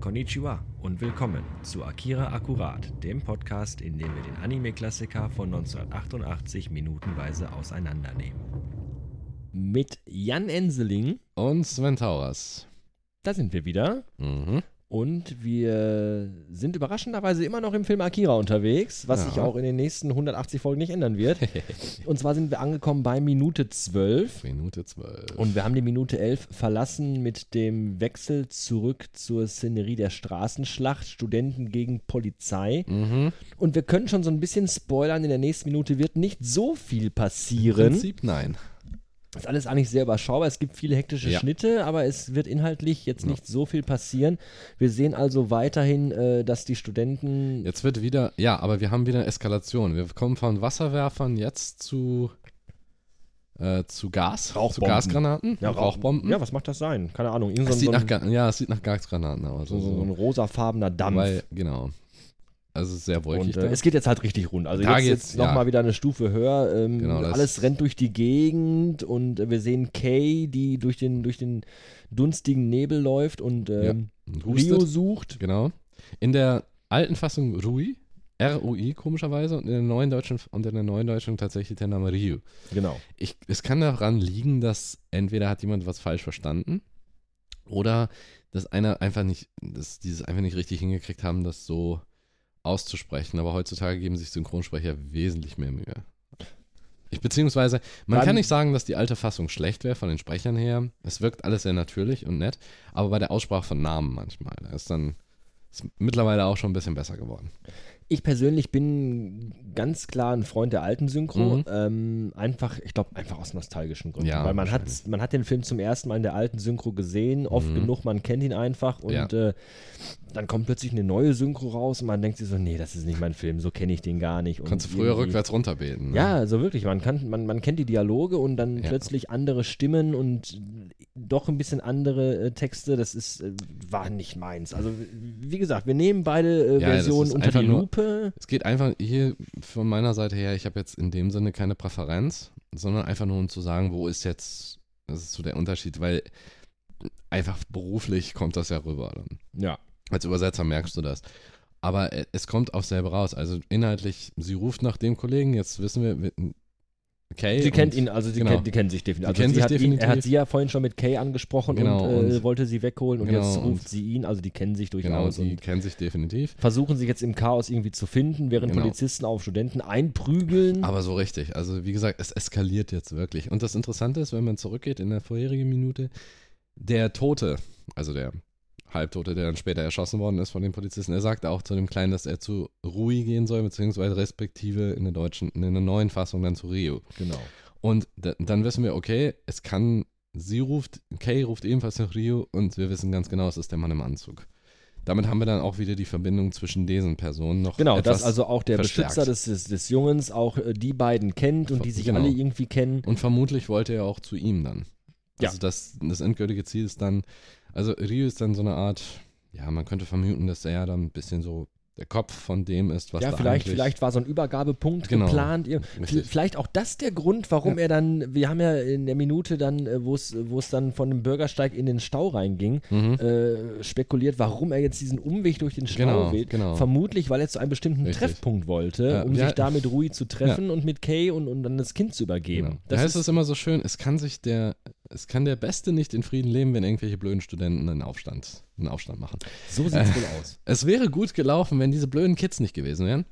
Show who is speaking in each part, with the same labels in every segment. Speaker 1: Konnichiwa und willkommen zu Akira Akkurat, dem Podcast, in dem wir den Anime-Klassiker von 1988 minutenweise auseinandernehmen. Mit Jan Enseling,
Speaker 2: Und Sven Tauras.
Speaker 1: da sind wir wieder.
Speaker 2: Mhm.
Speaker 1: Und wir sind überraschenderweise immer noch im Film Akira unterwegs, was
Speaker 2: Ja.
Speaker 1: sich auch in den nächsten 180 Folgen nicht ändern wird. und zwar sind wir angekommen bei Minute 12.
Speaker 2: Minute 12.
Speaker 1: Und wir haben die Minute 11 verlassen mit dem Wechsel zurück zur Szenerie der Straßenschlacht, Studenten gegen Polizei.
Speaker 2: Mhm.
Speaker 1: Und wir können schon so ein bisschen spoilern, in der nächsten Minute wird nicht so viel passieren.
Speaker 2: Prinzip nein.
Speaker 1: Das ist alles eigentlich sehr überschaubar. Es gibt viele hektische
Speaker 2: Ja.
Speaker 1: Schnitte, aber es wird inhaltlich jetzt nicht so viel passieren. Wir sehen also weiterhin, äh, dass die Studenten
Speaker 2: Jetzt wird wieder, ja, aber wir haben wieder eine Eskalation. Wir kommen von Wasserwerfern jetzt zu, äh, zu Gas, zu
Speaker 1: Rauchbomben.
Speaker 2: Gasgranaten,
Speaker 1: Ja, Rauch-
Speaker 2: Rauchbomben.
Speaker 1: Ja, was macht das sein? Keine Ahnung. Irgend so,
Speaker 2: es
Speaker 1: ein- so,
Speaker 2: sieht nach,
Speaker 1: ein-
Speaker 2: Ga- ja, es sieht nach Gasgranaten aus.
Speaker 1: so, so ein
Speaker 2: Also,
Speaker 1: rosafarbener Dampf.
Speaker 2: weil, genau. Also es ist sehr
Speaker 1: Und
Speaker 2: wolkig. da.
Speaker 1: äh, es geht jetzt halt richtig rund. Also
Speaker 2: Da
Speaker 1: jetzt,
Speaker 2: geht's,
Speaker 1: jetzt noch
Speaker 2: ja.
Speaker 1: mal wieder eine Stufe höher. Ähm,
Speaker 2: Genau, das-
Speaker 1: alles rennt durch die Gegend und äh, wir sehen Kay, die durch den, durch den dunstigen Nebel läuft und ähm,
Speaker 2: Und
Speaker 1: Rio
Speaker 2: hustet.
Speaker 1: sucht.
Speaker 2: Genau. In der alten Fassung Rui, R-U-I komischerweise, und in der neuen deutschen, und in der neuen deutschen tatsächlich der Name Ryu.
Speaker 1: Genau.
Speaker 2: ich, es kann daran liegen, dass entweder hat jemand was falsch verstanden oder dass einer einfach nicht, dass die es einfach nicht richtig hingekriegt haben, das so auszusprechen. Aber heutzutage geben sich Synchronsprecher wesentlich mehr Mühe. Ich, beziehungsweise, man
Speaker 1: Dann-
Speaker 2: kann nicht sagen, dass die alte Fassung schlecht wäre von den Sprechern her. Es wirkt alles sehr natürlich und nett, aber bei der Aussprache von Namen manchmal, da ist dann ist mittlerweile auch schon ein bisschen besser geworden.
Speaker 1: Ich persönlich bin ganz klar ein Freund der alten Synchro.
Speaker 2: Mhm.
Speaker 1: Ähm, einfach, ich glaube, einfach aus nostalgischen Gründen.
Speaker 2: Ja,
Speaker 1: Weil man hat, man hat den Film zum ersten Mal in der alten Synchro gesehen, oft genug, man kennt ihn einfach und
Speaker 2: Mhm. Ja.
Speaker 1: äh, dann kommt plötzlich eine neue Synchro raus und man denkt sich so, nee, das ist nicht mein Film, so kenne ich den gar nicht. Und
Speaker 2: Kannst du früher
Speaker 1: irgendwie-
Speaker 2: rückwärts runterbeten. ne?
Speaker 1: Ja, so wirklich. Man, kann, man, man kennt die Dialoge und dann
Speaker 2: Ja.
Speaker 1: plötzlich andere Stimmen und doch ein bisschen andere äh, Texte. Das ist, äh, war nicht meins. Also, wie gesagt, wir nehmen beide äh,
Speaker 2: Ja, das
Speaker 1: Versionen
Speaker 2: ist
Speaker 1: unter die
Speaker 2: einfach nur-
Speaker 1: Lupe.
Speaker 2: Es geht einfach hier von meiner Seite her, ich habe jetzt in dem Sinne keine Präferenz, sondern einfach nur um zu sagen, wo ist jetzt, das ist so der Unterschied, weil einfach beruflich kommt das ja rüber. Dann.
Speaker 1: Ja.
Speaker 2: Als Übersetzer merkst du das. Aber e- es kommt auch selber raus. Also inhaltlich, sie ruft nach dem Kollegen, jetzt wissen wir, wir- Kay.
Speaker 1: Sie kennt
Speaker 2: und-
Speaker 1: ihn, also sie
Speaker 2: genau.
Speaker 1: kennt, die kennen sich definitiv. Also
Speaker 2: Die kennen
Speaker 1: sie
Speaker 2: sich
Speaker 1: hat Ihn, er
Speaker 2: definitiv.
Speaker 1: hat sie ja vorhin schon mit Kay angesprochen
Speaker 2: Genau,
Speaker 1: und, äh,
Speaker 2: und-
Speaker 1: wollte sie wegholen und
Speaker 2: genau,
Speaker 1: jetzt ruft
Speaker 2: und-
Speaker 1: sie ihn. Also die kennen sich
Speaker 2: Genau,
Speaker 1: durchaus
Speaker 2: sie
Speaker 1: und
Speaker 2: kennen sich definitiv.
Speaker 1: versuchen sich jetzt im Chaos irgendwie zu finden, während
Speaker 2: Genau.
Speaker 1: Polizisten auf Studenten einprügeln.
Speaker 2: Aber so richtig. Also, wie gesagt, es eskaliert jetzt wirklich. Und das Interessante ist, wenn man zurückgeht in der vorherigen Minute, der Tote, also der Halbtote, der dann später erschossen worden ist von den Polizisten, er sagte auch zu dem Kleinen, dass er zu Rui gehen soll, beziehungsweise respektive in der deutschen, in der neuen Fassung dann zu Rio.
Speaker 1: genau.
Speaker 2: Und da, dann wissen wir, okay, es kann, sie ruft, Kay ruft ebenfalls nach Rio und wir wissen ganz genau, es ist der Mann im Anzug. Damit haben wir dann auch wieder die Verbindung zwischen diesen Personen noch
Speaker 1: Genau,
Speaker 2: etwas
Speaker 1: dass also auch der
Speaker 2: verstärkt.
Speaker 1: Beschützer des, des, des Jungens auch äh, die beiden kennt und die sich
Speaker 2: Genau.
Speaker 1: alle irgendwie kennen.
Speaker 2: Und vermutlich wollte er auch zu ihm dann.
Speaker 1: Ja.
Speaker 2: Also das, das endgültige Ziel ist dann, also Ryu ist dann so eine Art, ja, man könnte vermuten, dass er dann ein bisschen so der Kopf von dem ist, was
Speaker 1: ja,
Speaker 2: da
Speaker 1: vielleicht,
Speaker 2: eigentlich,
Speaker 1: vielleicht war so ein Übergabepunkt
Speaker 2: Genau.
Speaker 1: geplant. Ir- V-
Speaker 2: Richtig.
Speaker 1: Vielleicht auch das der Grund, warum er dann, wir haben ja in der Minute dann, äh, wo es wo es dann von dem Bürgersteig in den Stau reinging,
Speaker 2: Mhm. Hm.
Speaker 1: äh, spekuliert, warum er jetzt diesen Umweg durch den Stau
Speaker 2: Genau,
Speaker 1: wählt.
Speaker 2: genau.
Speaker 1: Vermutlich, weil er zu einem bestimmten
Speaker 2: Richtig.
Speaker 1: Treffpunkt wollte,
Speaker 2: Ja,
Speaker 1: um
Speaker 2: ja.
Speaker 1: sich da mit Rui zu treffen und mit Kay und, und dann das Kind zu übergeben.
Speaker 2: Genau.
Speaker 1: Das
Speaker 2: Da heißt
Speaker 1: ist,
Speaker 2: es immer so schön, es kann sich der, es kann der Beste nicht in Frieden leben, wenn irgendwelche blöden Studenten einen Aufstand, einen Aufstand machen.
Speaker 1: so sieht es wohl aus.
Speaker 2: Es wäre gut gelaufen, wenn diese blöden Kids nicht gewesen wären.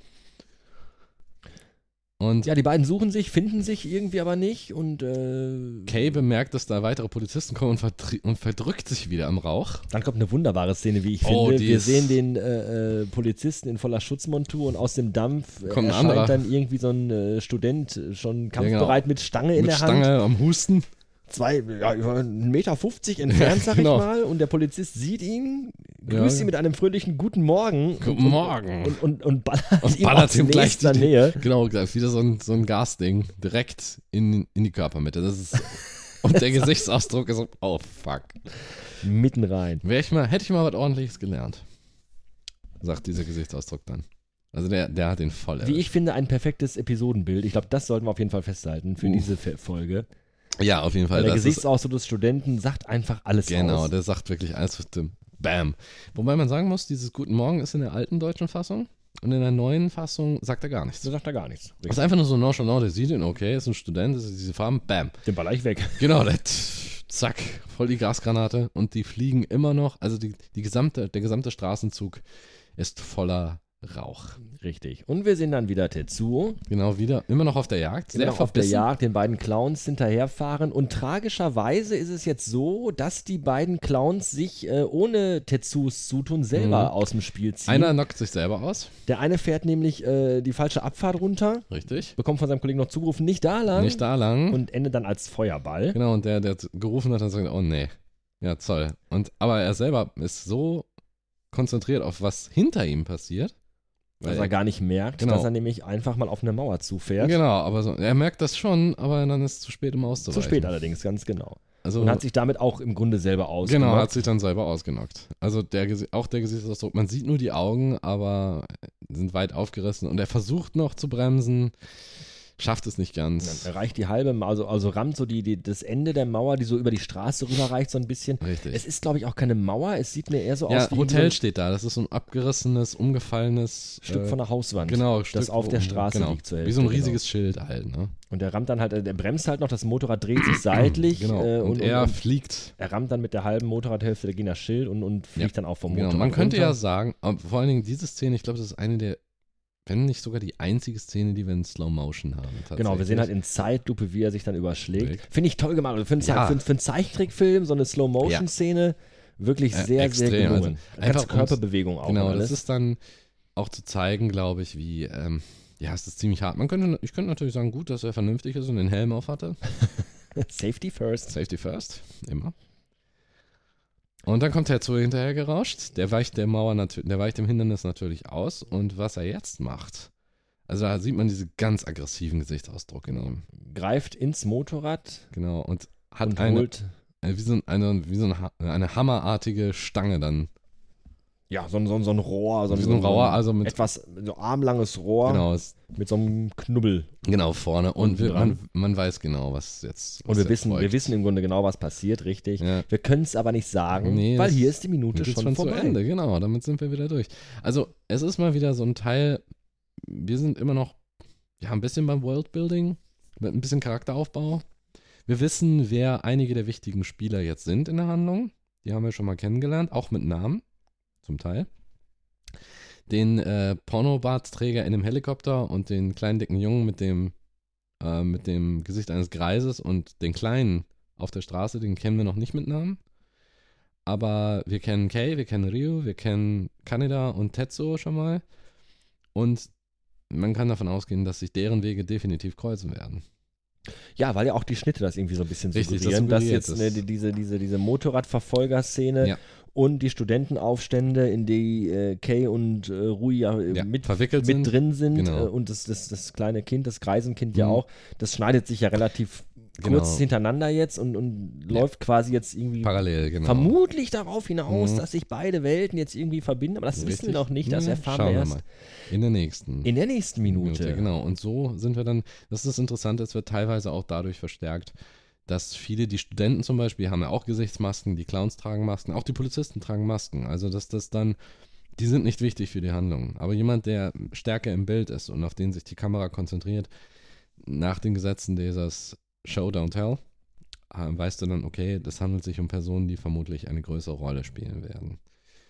Speaker 2: Und
Speaker 1: Ja, die beiden suchen sich, finden sich irgendwie aber nicht und äh,
Speaker 2: Kay bemerkt, dass da weitere Polizisten kommen und, vertri- und verdrückt sich wieder am Rauch.
Speaker 1: Dann kommt eine wunderbare Szene, wie ich finde.
Speaker 2: Oh, die
Speaker 1: Wir
Speaker 2: ist-
Speaker 1: sehen den äh, äh, Polizisten in voller Schutzmontur und aus dem Dampf äh,
Speaker 2: Kommt ein
Speaker 1: erscheint
Speaker 2: anderer. genau.
Speaker 1: dann irgendwie so ein äh, Student, äh, schon kampfbereit mit Stange in
Speaker 2: mit
Speaker 1: der
Speaker 2: Stange
Speaker 1: Hand.
Speaker 2: am Husten.
Speaker 1: Zwei, ja, über 1,50 Meter entfernt, sag
Speaker 2: genau.
Speaker 1: ich mal. Und der Polizist sieht ihn,
Speaker 2: Ja,
Speaker 1: grüßt
Speaker 2: ja.
Speaker 1: ihn mit einem fröhlichen Guten Morgen.
Speaker 2: Guten
Speaker 1: und, und-
Speaker 2: Morgen.
Speaker 1: Und, und, und ballert,
Speaker 2: Und
Speaker 1: ihm
Speaker 2: ballert
Speaker 1: aus
Speaker 2: ihm gleich
Speaker 1: nächster
Speaker 2: die-
Speaker 1: Nähe.
Speaker 2: Genau, gleich wieder so ein, so ein Gasding direkt in, in die Körpermitte. Das ist. Und der Gesichtsausdruck ist so, oh fuck.
Speaker 1: Mitten rein.
Speaker 2: Wär ich mal, hätte ich mal was ordentliches gelernt. Sagt dieser Gesichtsausdruck dann. Also der, der hat den voll.
Speaker 1: Wie
Speaker 2: erwischt.
Speaker 1: ich finde, ein perfektes Episodenbild. Ich glaube, das sollten wir auf jeden Fall festhalten für
Speaker 2: Uh.
Speaker 1: diese Fe- Folge.
Speaker 2: Ja, auf jeden Fall.
Speaker 1: Weil der
Speaker 2: Das ist,
Speaker 1: Gesichtsausdruck des Studenten sagt einfach alles aus.
Speaker 2: genau, der sagt wirklich alles, was du Bam. Wobei man sagen muss, dieses Guten Morgen ist in der alten deutschen Fassung und in der neuen Fassung sagt er gar nichts.
Speaker 1: So sagt er gar nichts.
Speaker 2: Das ist einfach nur so nonchalant, der sieht ihn, okay, ist ein Student, das ist diese Farben, bam.
Speaker 1: Den baller ich weg.
Speaker 2: Genau, der tsch, zack, voll die Gasgranate und die fliegen immer noch, also die, die gesamte, der gesamte Straßenzug ist voller Rauch.
Speaker 1: Richtig. Und wir sehen dann wieder Tetsuo,
Speaker 2: Genau, wieder, immer noch auf der Jagd,
Speaker 1: der
Speaker 2: sehr
Speaker 1: noch auf der
Speaker 2: verbissen.
Speaker 1: Jagd den beiden Clowns hinterherfahren. Und tragischerweise ist es jetzt so, dass die beiden Clowns sich äh, ohne Tetsus Zutun selber
Speaker 2: Mhm.
Speaker 1: aus dem Spiel ziehen.
Speaker 2: Einer knockt sich selber aus,
Speaker 1: der eine fährt nämlich äh, die falsche Abfahrt runter,
Speaker 2: richtig,
Speaker 1: bekommt von seinem Kollegen noch Zugriff, nicht da lang
Speaker 2: nicht da lang.
Speaker 1: und endet dann als Feuerball.
Speaker 2: Genau, und der, der gerufen hat, hat gesagt, oh nee. Ja, toll. Und, aber er selber ist so konzentriert auf was hinter ihm passiert.
Speaker 1: Dass er gar nicht merkt,
Speaker 2: Genau.
Speaker 1: dass er nämlich einfach mal auf eine Mauer zufährt.
Speaker 2: Genau, aber so, er merkt das schon, aber dann ist es zu spät, um auszuweichen.
Speaker 1: Zu spät allerdings, ganz genau.
Speaker 2: Also,
Speaker 1: Und hat sich damit auch im Grunde selber ausgemacht.
Speaker 2: genau, hat sich dann selber ausgenockt. Also der, Gesi- auch der Gesichtsausdruck, man sieht nur die Augen, aber sind weit aufgerissen. Und er versucht noch zu bremsen, schafft es nicht ganz.
Speaker 1: Dann erreicht die halbe, Ma- also, also rammt so die, die, das Ende der Mauer, die so über die Straße rüberreicht, so ein bisschen.
Speaker 2: Richtig.
Speaker 1: Es ist, glaube ich, auch keine Mauer. Es sieht mir eher so
Speaker 2: ja,
Speaker 1: aus wie
Speaker 2: Hotel
Speaker 1: so
Speaker 2: steht da. Das ist so ein abgerissenes, umgefallenes
Speaker 1: ein Stück
Speaker 2: äh,
Speaker 1: von der Hauswand.
Speaker 2: Genau,
Speaker 1: das auf der Straße
Speaker 2: genau.
Speaker 1: liegt zur Hälfte.
Speaker 2: Wie so ein riesiges Schild halt, ne?
Speaker 1: Genau. Und er rammt dann halt, äh, der bremst halt noch, das Motorrad dreht sich seitlich.
Speaker 2: Genau.
Speaker 1: Äh,
Speaker 2: und,
Speaker 1: und,
Speaker 2: er
Speaker 1: und, und
Speaker 2: fliegt.
Speaker 1: er rammt dann mit der halben Motorradhälfte gegen das Schild und, und fliegt dann auch vom
Speaker 2: Genau.
Speaker 1: Motorrad.
Speaker 2: Man könnte ja
Speaker 1: runter.
Speaker 2: sagen, aber vor allen Dingen diese Szene, ich glaube, das ist eine der, wenn nicht sogar die einzige Szene, die wir in Slow Motion haben.
Speaker 1: Genau, wir sehen halt
Speaker 2: tatsächlich.
Speaker 1: in Zeitlupe, wie er sich dann überschlägt.
Speaker 2: Schlägt.
Speaker 1: Finde ich toll gemacht. Also für, einen Ze-
Speaker 2: Ja.
Speaker 1: für, für einen Zeichentrickfilm, so eine Slow-Motion-Szene, wirklich
Speaker 2: Äh,
Speaker 1: sehr,
Speaker 2: extrem,
Speaker 1: sehr
Speaker 2: also
Speaker 1: gelungen. Ganz
Speaker 2: einfach ums-
Speaker 1: Körperbewegung auch.
Speaker 2: Genau,
Speaker 1: und
Speaker 2: das ist dann auch zu zeigen, glaube ich, wie, ähm, ja, es ist ziemlich hart. Man könnte, ich könnte natürlich sagen, gut, dass er vernünftig ist und den Helm auf hatte.
Speaker 1: Safety first.
Speaker 2: Safety first, immer. Und dann kommt Tetsuo hinterher gerauscht. Der weicht der Mauer natürlich, der weicht dem Hindernis natürlich aus. Und was er jetzt macht, also da sieht man diesen ganz aggressiven Gesichtsausdruck in ihm.
Speaker 1: Greift ins Motorrad
Speaker 2: Genau. Und hat
Speaker 1: und
Speaker 2: eine,
Speaker 1: holt
Speaker 2: äh, wie so, ein- eine, wie so ein, Ha- eine hammerartige Stange dann.
Speaker 1: ja, so, ein- so, ein- so ein Rohr, so, ein-
Speaker 2: Wie so
Speaker 1: so
Speaker 2: ein
Speaker 1: ein
Speaker 2: Rohr, also mit,
Speaker 1: etwas so armlanges Rohr
Speaker 2: genau, ist,
Speaker 1: mit so einem Knubbel.
Speaker 2: genau vorne. Und
Speaker 1: Unten
Speaker 2: wir,
Speaker 1: dran.
Speaker 2: man, man weiß genau, was jetzt.
Speaker 1: Und
Speaker 2: was
Speaker 1: wir
Speaker 2: jetzt
Speaker 1: wissen, wir
Speaker 2: folgt.
Speaker 1: wissen im Grunde genau, was passiert, richtig.
Speaker 2: Ja.
Speaker 1: Wir können es aber nicht sagen,
Speaker 2: Nee,
Speaker 1: weil
Speaker 2: das-
Speaker 1: hier ist die Minute
Speaker 2: Minute
Speaker 1: schon,
Speaker 2: schon
Speaker 1: vorbei.
Speaker 2: zu Ende, genau. Damit sind wir wieder durch. Also, es ist mal wieder so ein Teil, wir sind immer noch, ja, ein bisschen beim Worldbuilding, mit ein bisschen Charakteraufbau. Wir wissen, wer einige der wichtigen Spieler jetzt sind in der Handlung. Die haben wir schon mal kennengelernt, auch mit Namen, zum Teil. Den äh, Pornobartsträger in dem Helikopter und den kleinen dicken Jungen mit dem, äh, mit dem Gesicht eines Greises und den kleinen auf der Straße, den kennen wir noch nicht mit Namen. Aber wir kennen Kay, wir kennen Ryu, wir kennen Kaneda und Tetsuo schon mal. Und man kann davon ausgehen, dass sich deren Wege definitiv kreuzen werden.
Speaker 1: Ja, weil ja auch die Schnitte das irgendwie so ein bisschen
Speaker 2: Richtig, das
Speaker 1: suggerieren, dass
Speaker 2: suggeriert
Speaker 1: jetzt
Speaker 2: es.
Speaker 1: ne, die, diese, diese, diese Motorradverfolgerszene
Speaker 2: Ja.
Speaker 1: und die Studentenaufstände, in die äh, Kay und äh, Rui ja, äh,
Speaker 2: Ja,
Speaker 1: mit,
Speaker 2: verwickelt
Speaker 1: mit drin sind
Speaker 2: Genau.
Speaker 1: äh, und das, das, das kleine Kind, das Greisenkind ja
Speaker 2: Mhm.
Speaker 1: auch, das schneidet sich ja relativ
Speaker 2: Genau.
Speaker 1: kurz hintereinander jetzt und, und
Speaker 2: Ja.
Speaker 1: läuft quasi jetzt irgendwie
Speaker 2: Parallel, genau.
Speaker 1: vermutlich darauf hinaus,
Speaker 2: Mhm.
Speaker 1: dass sich beide Welten jetzt irgendwie verbinden, aber das wissen wir
Speaker 2: Richtig.
Speaker 1: noch nicht, das
Speaker 2: Ja,
Speaker 1: erfahren
Speaker 2: schauen
Speaker 1: wir
Speaker 2: wir
Speaker 1: erst
Speaker 2: mal. In der nächsten
Speaker 1: in der nächsten Minute.
Speaker 2: Genau. Und so sind wir dann, das ist interessant, es wird teilweise auch dadurch verstärkt, dass viele, die Studenten zum Beispiel, haben ja auch Gesichtsmasken, die Clowns tragen Masken, auch die Polizisten tragen Masken. Also, dass das dann, die sind nicht wichtig für die Handlung. Aber jemand, der stärker im Bild ist und auf den sich die Kamera konzentriert, nach den Gesetzen dieses Show Don't Tell, äh, weißt du dann, okay, das handelt sich um Personen, die vermutlich eine größere Rolle spielen werden.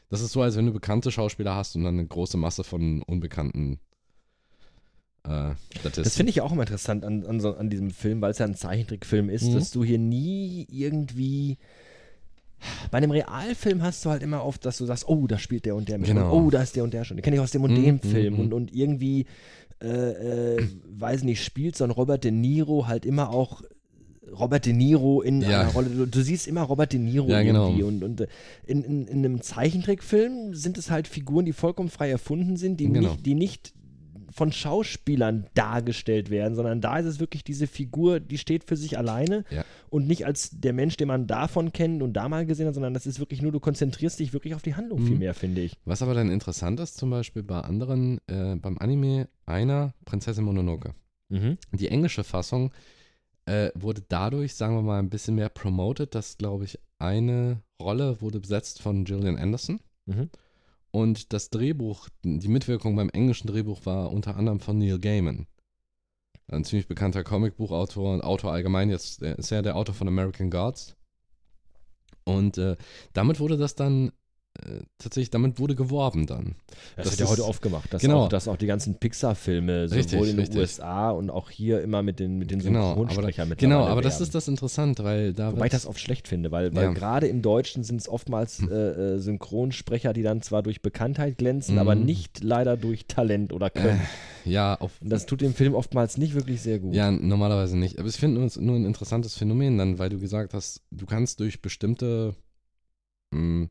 Speaker 2: Das ist so, als wenn du bekannte Schauspieler hast und dann eine große Masse von unbekannten äh, Statisten.
Speaker 1: Das finde ich ja auch immer interessant an, an, so, an diesem Film, weil es ja ein Zeichentrickfilm ist,
Speaker 2: Mhm.
Speaker 1: dass du hier nie irgendwie. Bei einem Realfilm hast du halt immer oft, dass du sagst, oh, da spielt der und der mit.
Speaker 2: Genau.
Speaker 1: Und, oh, da ist der und der schon. Den kenne ich aus dem und
Speaker 2: Mhm,
Speaker 1: dem Film.
Speaker 2: mhm.
Speaker 1: Und, und irgendwie, äh, äh, weiß nicht, spielt so ein Robert De Niro halt immer auch Robert De Niro in
Speaker 2: Ja.
Speaker 1: einer Rolle. Du, du siehst immer Robert De Niro
Speaker 2: Ja, genau.
Speaker 1: irgendwie. Und, und äh, in, in, in einem Zeichentrickfilm sind es halt Figuren, die vollkommen frei erfunden sind, die,
Speaker 2: Genau.
Speaker 1: nicht, die nicht von Schauspielern dargestellt werden, sondern da ist es wirklich diese Figur, die steht für sich alleine
Speaker 2: Ja.
Speaker 1: und nicht als der Mensch, den man davon kennt und da mal gesehen hat, sondern das ist wirklich nur, du konzentrierst dich wirklich auf die Handlung viel
Speaker 2: Mhm.
Speaker 1: mehr, finde ich.
Speaker 2: Was aber dann interessant ist, zum Beispiel bei anderen, äh, beim Anime einer, Prinzessin Mononoke. Die englische Fassung äh, wurde dadurch, sagen wir mal, ein bisschen mehr promoted, dass, glaube ich, eine Rolle wurde besetzt von Gillian Anderson.
Speaker 1: Mhm.
Speaker 2: Und das Drehbuch, die Mitwirkung beim englischen Drehbuch war unter anderem von Neil Gaiman. Ein ziemlich bekannter Comicbuchautor und Autor allgemein, jetzt äh, ist er der Autor von American Gods. Und äh, damit wurde das dann äh, tatsächlich, damit wurde geworben dann.
Speaker 1: Das,
Speaker 2: Das
Speaker 1: wird ja
Speaker 2: ist-
Speaker 1: heute oft gemacht, dass,
Speaker 2: genau.
Speaker 1: auch, dass auch die ganzen Pixar-Filme sowohl
Speaker 2: Richtig,
Speaker 1: in den
Speaker 2: richtig.
Speaker 1: USA und auch hier immer mit den, mit den
Speaker 2: Genau, aber-
Speaker 1: Synchronsprechern mit
Speaker 2: Genau, aber das ist das interessant, weil da
Speaker 1: also Wobei ich
Speaker 2: wird's-
Speaker 1: das oft schlecht finde, weil, weil
Speaker 2: Ja. Hm.
Speaker 1: gerade im Deutschen sind es oftmals äh, äh, Synchronsprecher, die dann zwar durch Bekanntheit glänzen,
Speaker 2: Mhm.
Speaker 1: aber nicht leider durch Talent oder Können.
Speaker 2: ja auf
Speaker 1: Und das tut dem Film oftmals nicht wirklich sehr gut.
Speaker 2: Ja, normalerweise nicht. Aber ich finde es nur ein interessantes Phänomen dann, weil du gesagt hast, du kannst durch bestimmte mh,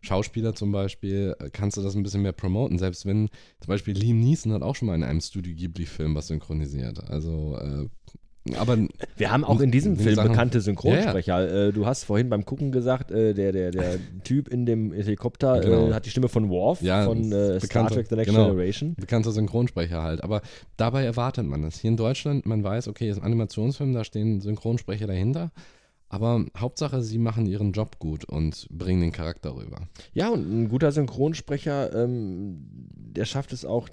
Speaker 2: Schauspieler zum Beispiel, äh, kannst du das ein bisschen mehr promoten. Selbst wenn zum Beispiel Liam Neeson hat auch schon mal in einem Studio Ghibli-Film was synchronisiert. Also, äh, aber
Speaker 1: Wir haben auch in diesem
Speaker 2: Wie
Speaker 1: Film
Speaker 2: gesagt,
Speaker 1: bekannte Synchronsprecher. Äh, du hast vorhin beim Gucken gesagt, äh, der, der, der Typ in dem Helikopter äh,
Speaker 2: Genau.
Speaker 1: hat die Stimme von Worf
Speaker 2: Ja,
Speaker 1: von äh, Star
Speaker 2: bekannter-
Speaker 1: Trek The Next
Speaker 2: genau.
Speaker 1: Generation.
Speaker 2: bekannter Synchronsprecher halt. Aber dabei erwartet man das. Hier in Deutschland, man weiß, okay, ist ein Animationsfilm, da stehen Synchronsprecher dahinter. Aber Hauptsache, sie machen ihren Job gut und bringen den Charakter rüber.
Speaker 1: Ja, und ein guter Synchronsprecher, ähm, der schafft es auch.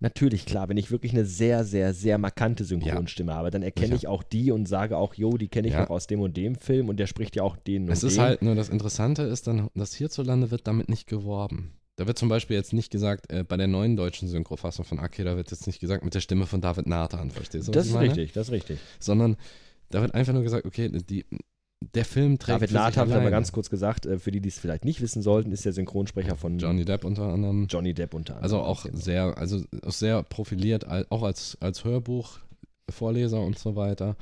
Speaker 1: Natürlich, klar, wenn ich wirklich eine sehr, sehr, sehr markante Synchronstimme habe, dann erkenne
Speaker 2: Sicher.
Speaker 1: ich auch die und sage auch, jo, die kenne ich
Speaker 2: Ja.
Speaker 1: noch aus dem und dem Film und der spricht ja auch den
Speaker 2: Es
Speaker 1: und
Speaker 2: ist
Speaker 1: den.
Speaker 2: halt nur das Interessante ist dann, dass hierzulande wird damit nicht geworben. Da wird zum Beispiel jetzt nicht gesagt, äh, bei der neuen deutschen Synchrofassung von Akira wird jetzt nicht gesagt mit der Stimme von David Nathan, verstehst du? was
Speaker 1: das
Speaker 2: ich
Speaker 1: ist
Speaker 2: meine?
Speaker 1: richtig, das ist richtig.
Speaker 2: Sondern da wird einfach nur gesagt, okay, die, der Film trägt.
Speaker 1: David
Speaker 2: für sich
Speaker 1: Naht habe ich aber
Speaker 2: alleine.
Speaker 1: ganz kurz gesagt, äh, für die, die es vielleicht nicht wissen sollten, ist der Synchronsprecher von Johnny,
Speaker 2: Johnny Depp unter anderem.
Speaker 1: Depp unter anderem. Genau.
Speaker 2: Also auch sehr, also auch sehr profiliert, al- auch als, als Hörbuch, Vorleser und so weiter.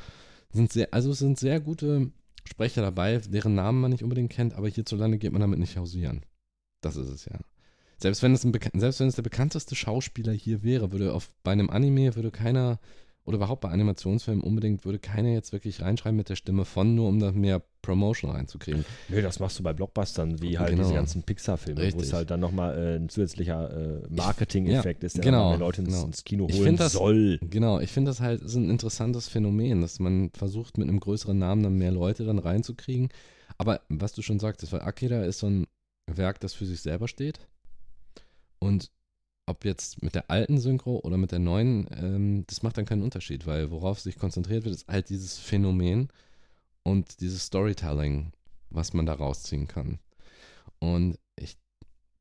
Speaker 2: Sind sehr, also es sind sehr gute Sprecher dabei, deren Namen man nicht unbedingt kennt, aber hierzulande geht man damit nicht hausieren. Das ist es ja. Selbst wenn es, ein, bekan- selbst wenn es der bekannteste Schauspieler hier wäre, würde auf, bei einem Anime würde keiner, oder überhaupt bei Animationsfilmen unbedingt, würde keiner jetzt wirklich reinschreiben mit der Stimme von, nur um da mehr Promotion reinzukriegen.
Speaker 1: Nö, das machst du bei Blockbustern, wie halt
Speaker 2: Genau.
Speaker 1: diese ganzen Pixar-Filme, wo es
Speaker 2: Richtig.
Speaker 1: halt dann nochmal äh, ein zusätzlicher äh, Marketing-Effekt ist, der
Speaker 2: genau,
Speaker 1: dann mehr Leute ins,
Speaker 2: genau.
Speaker 1: ins Kino
Speaker 2: Ich
Speaker 1: holen
Speaker 2: find das-
Speaker 1: soll.
Speaker 2: Genau, ich finde das halt ist ein interessantes Phänomen, dass man versucht, mit einem größeren Namen dann mehr Leute dann reinzukriegen. Aber was du schon sagtest, weil Akira ist so ein Werk, das für sich selber steht. Und ob jetzt mit der alten Synchro oder mit der neuen, ähm, das macht dann keinen Unterschied, weil worauf sich konzentriert wird, ist halt dieses Phänomen und dieses Storytelling, was man da rausziehen kann. Und ich,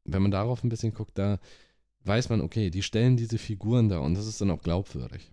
Speaker 2: wenn man darauf ein bisschen guckt, da weiß man, okay, die stellen diese Figuren da und das ist dann auch glaubwürdig.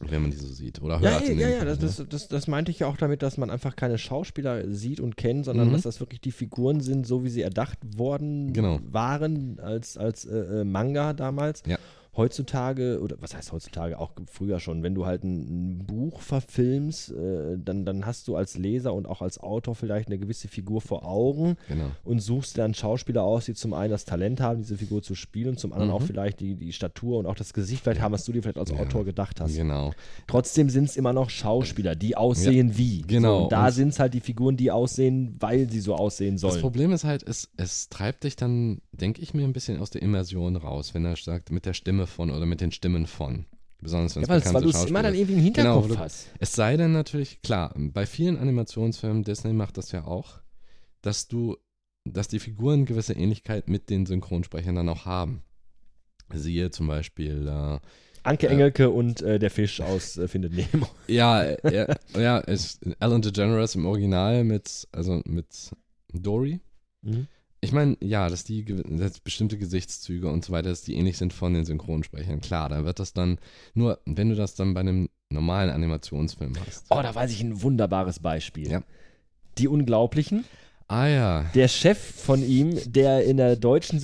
Speaker 2: Wenn man die so sieht oder
Speaker 1: Ja,
Speaker 2: hört.
Speaker 1: ja,
Speaker 2: in dem
Speaker 1: ja, ja
Speaker 2: Fall,
Speaker 1: das,
Speaker 2: ne?
Speaker 1: das, das, das meinte ich ja auch damit, dass man einfach keine Schauspieler sieht und kennt, sondern
Speaker 2: Mhm.
Speaker 1: dass das wirklich die Figuren sind, so wie sie erdacht worden
Speaker 2: Genau.
Speaker 1: waren als, als äh, äh, Manga damals.
Speaker 2: Ja.
Speaker 1: Heutzutage, oder was heißt heutzutage, auch früher schon, wenn du halt ein, ein Buch verfilmst, äh, dann, dann hast du als Leser und auch als Autor vielleicht eine gewisse Figur vor Augen
Speaker 2: Genau.
Speaker 1: und suchst dir dann Schauspieler aus, die zum einen das Talent haben, diese Figur zu spielen und zum anderen
Speaker 2: Mhm.
Speaker 1: auch vielleicht die, die Statur und auch das Gesicht vielleicht haben, was du dir vielleicht als
Speaker 2: Ja.
Speaker 1: Autor gedacht hast.
Speaker 2: Genau.
Speaker 1: Trotzdem sind es immer noch Schauspieler, die aussehen wie.
Speaker 2: genau.
Speaker 1: So, und da
Speaker 2: Und-
Speaker 1: sind es halt die Figuren, die aussehen, weil sie so aussehen
Speaker 2: Das
Speaker 1: sollen.
Speaker 2: Problem ist halt, es, es treibt dich dann, denke ich mir, ein bisschen aus der Immersion raus, wenn er sagt, mit der Stimme von oder mit den Stimmen von. Besonders wenn es
Speaker 1: weil
Speaker 2: bekannte
Speaker 1: du es
Speaker 2: Schauspieler
Speaker 1: immer dann
Speaker 2: sind.
Speaker 1: irgendwie im Hinterkopf
Speaker 2: Genau, du-
Speaker 1: hast.
Speaker 2: Es sei denn natürlich, klar, bei vielen Animationsfilmen, Disney macht das ja auch, dass du, dass die Figuren gewisse Ähnlichkeit mit den Synchronsprechern dann auch haben. Siehe zum Beispiel, äh,
Speaker 1: Anke
Speaker 2: Ja.
Speaker 1: Engelke und äh, der Fisch aus äh, Findet Nemo.
Speaker 2: ja, äh, ja, ja, ist Alan DeGeneres im Original mit, also mit Dory.
Speaker 1: Mhm.
Speaker 2: Ich meine, ja, dass die ge- dass bestimmte Gesichtszüge und so weiter, dass die ähnlich sind von den Synchronsprechern. Klar, da wird das dann nur, wenn du das dann bei einem normalen Animationsfilm hast.
Speaker 1: Oh, da weiß ich ein wunderbares Beispiel.
Speaker 2: Ja.
Speaker 1: Die Unglaublichen.
Speaker 2: Ah ja,
Speaker 1: Der Chef von ihm, der in der deutschen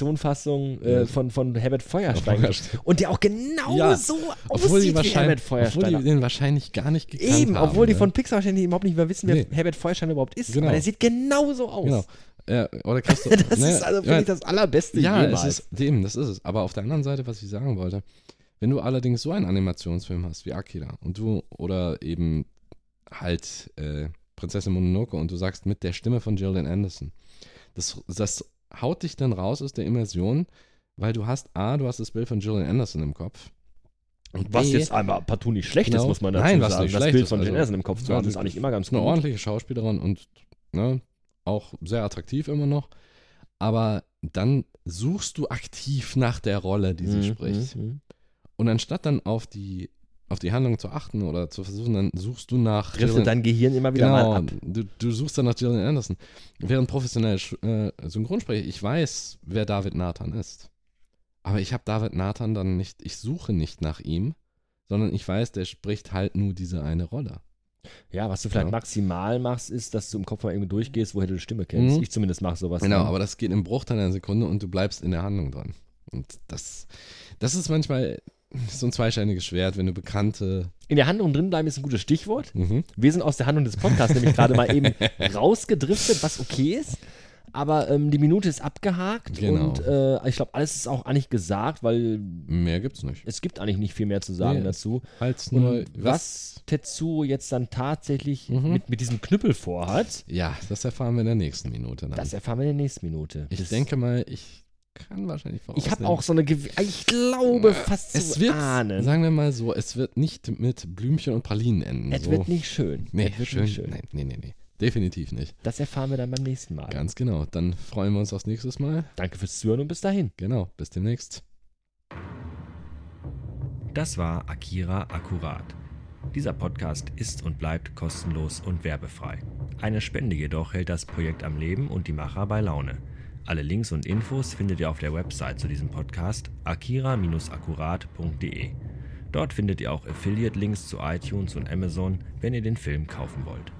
Speaker 1: Synchronisationsfassung äh,
Speaker 2: Ja.
Speaker 1: von, von Herbert Feuerstein
Speaker 2: Ja,
Speaker 1: ist. Und der auch genau
Speaker 2: Ja.
Speaker 1: so
Speaker 2: obwohl
Speaker 1: aussieht
Speaker 2: die,
Speaker 1: wie Herbert
Speaker 2: wahrscheinlich, obwohl
Speaker 1: Feuerstein.
Speaker 2: die den wahrscheinlich gar nicht gekannt
Speaker 1: Eben,
Speaker 2: haben.
Speaker 1: obwohl die
Speaker 2: ne?
Speaker 1: von Pixar wahrscheinlich überhaupt nicht mehr wissen, wer
Speaker 2: Nee.
Speaker 1: Herbert Feuerstein überhaupt ist.
Speaker 2: Genau.
Speaker 1: Aber der sieht genauso aus.
Speaker 2: Genau. Ja, oder Christoph.
Speaker 1: Das
Speaker 2: ne,
Speaker 1: ist also, finde
Speaker 2: ja,
Speaker 1: ich, das allerbeste
Speaker 2: Ja,
Speaker 1: jemals.
Speaker 2: es ist dem, das ist es. Aber auf der anderen Seite, was ich sagen wollte, wenn du allerdings so einen Animationsfilm hast wie Akira und du oder eben halt äh, Prinzessin Mononoke und du sagst mit der Stimme von Gillian Anderson, das, das haut dich dann raus aus der Immersion, weil du hast A, du hast das Bild von Gillian Anderson im Kopf Und
Speaker 1: Was
Speaker 2: B,
Speaker 1: jetzt einmal partout nicht schlecht ist,
Speaker 2: Genau.
Speaker 1: muss man dazu
Speaker 2: Nein, was
Speaker 1: sagen.
Speaker 2: nicht
Speaker 1: das
Speaker 2: schlecht
Speaker 1: Bild
Speaker 2: ist,
Speaker 1: von Jane
Speaker 2: also-
Speaker 1: Anderson im Kopf zu
Speaker 2: Ja,
Speaker 1: haben, ist
Speaker 2: die-
Speaker 1: eigentlich immer ganz
Speaker 2: ist eine
Speaker 1: gut.
Speaker 2: ordentliche Schauspielerin und ne, auch sehr attraktiv immer noch. Aber dann suchst du aktiv nach der Rolle, die sie
Speaker 1: Mhm,
Speaker 2: spricht.
Speaker 1: mhm, mhm.
Speaker 2: Und anstatt dann auf die, auf die Handlung zu achten oder zu versuchen, dann suchst du nach
Speaker 1: Triffst du
Speaker 2: Jillian-
Speaker 1: dein Gehirn immer wieder
Speaker 2: genau,
Speaker 1: mal ab.
Speaker 2: Du, du suchst dann nach Jillian Anderson. Während professionell äh, Synchronsprecher, ich weiß, wer David Nathan ist. Aber ich habe David Nathan dann nicht, ich suche nicht nach ihm, sondern ich weiß, der spricht halt nur diese eine Rolle.
Speaker 1: Ja, was du vielleicht
Speaker 2: Ja.
Speaker 1: maximal machst, ist, dass du im Kopf mal irgendwie durchgehst, woher du die Stimme kennst.
Speaker 2: Mhm.
Speaker 1: Ich zumindest mache sowas. ne?
Speaker 2: Genau,
Speaker 1: dann.
Speaker 2: aber das geht im Bruchteil einer Sekunde und du bleibst in der Handlung dran. Und das, das ist manchmal so ein zweischneidiges Schwert, wenn du bekannte.
Speaker 1: In der Handlung drinbleiben ist ein gutes Stichwort.
Speaker 2: Mhm.
Speaker 1: Wir sind aus der Handlung des Podcasts nämlich gerade mal eben rausgedriftet, was okay ist. Aber ähm, die Minute ist abgehakt
Speaker 2: Genau.
Speaker 1: und äh, ich glaube, alles ist auch eigentlich gesagt, weil
Speaker 2: Mehr gibt's nicht.
Speaker 1: es gibt eigentlich nicht viel mehr zu sagen
Speaker 2: Nee.
Speaker 1: dazu.
Speaker 2: Halt's
Speaker 1: Und
Speaker 2: nur.
Speaker 1: was Tetsuo jetzt dann tatsächlich
Speaker 2: Mhm.
Speaker 1: mit, mit diesem Knüppel vorhat,
Speaker 2: Ja, das erfahren wir in der nächsten Minute. Dann.
Speaker 1: das erfahren wir in der nächsten Minute.
Speaker 2: ich
Speaker 1: Das-
Speaker 2: denke mal, ich kann wahrscheinlich
Speaker 1: ich habe
Speaker 2: vorausnehmen.
Speaker 1: auch so eine, Gew ich glaube fast
Speaker 2: Es
Speaker 1: zu
Speaker 2: wird,
Speaker 1: ahnen.
Speaker 2: sagen wir mal so, es wird nicht mit Blümchen und Pralinen enden.
Speaker 1: es
Speaker 2: so.
Speaker 1: wird nicht schön.
Speaker 2: nee,
Speaker 1: es wird
Speaker 2: schön,
Speaker 1: nicht schön.
Speaker 2: Nein, nee, nee, nee. Definitiv nicht.
Speaker 1: Das erfahren wir dann beim nächsten Mal.
Speaker 2: Ganz genau. Dann freuen wir uns aufs nächste Mal.
Speaker 1: Danke fürs Zuhören und bis dahin.
Speaker 2: Genau. Bis demnächst.
Speaker 1: Das war Akira Akkurat. Dieser Podcast ist und bleibt kostenlos und werbefrei. Eine Spende jedoch hält das Projekt am Leben und die Macher bei Laune. Alle Links und Infos findet ihr auf der Website zu diesem Podcast akira-akkurat.de. Dort findet ihr auch Affiliate-Links zu iTunes und Amazon, wenn ihr den Film kaufen wollt.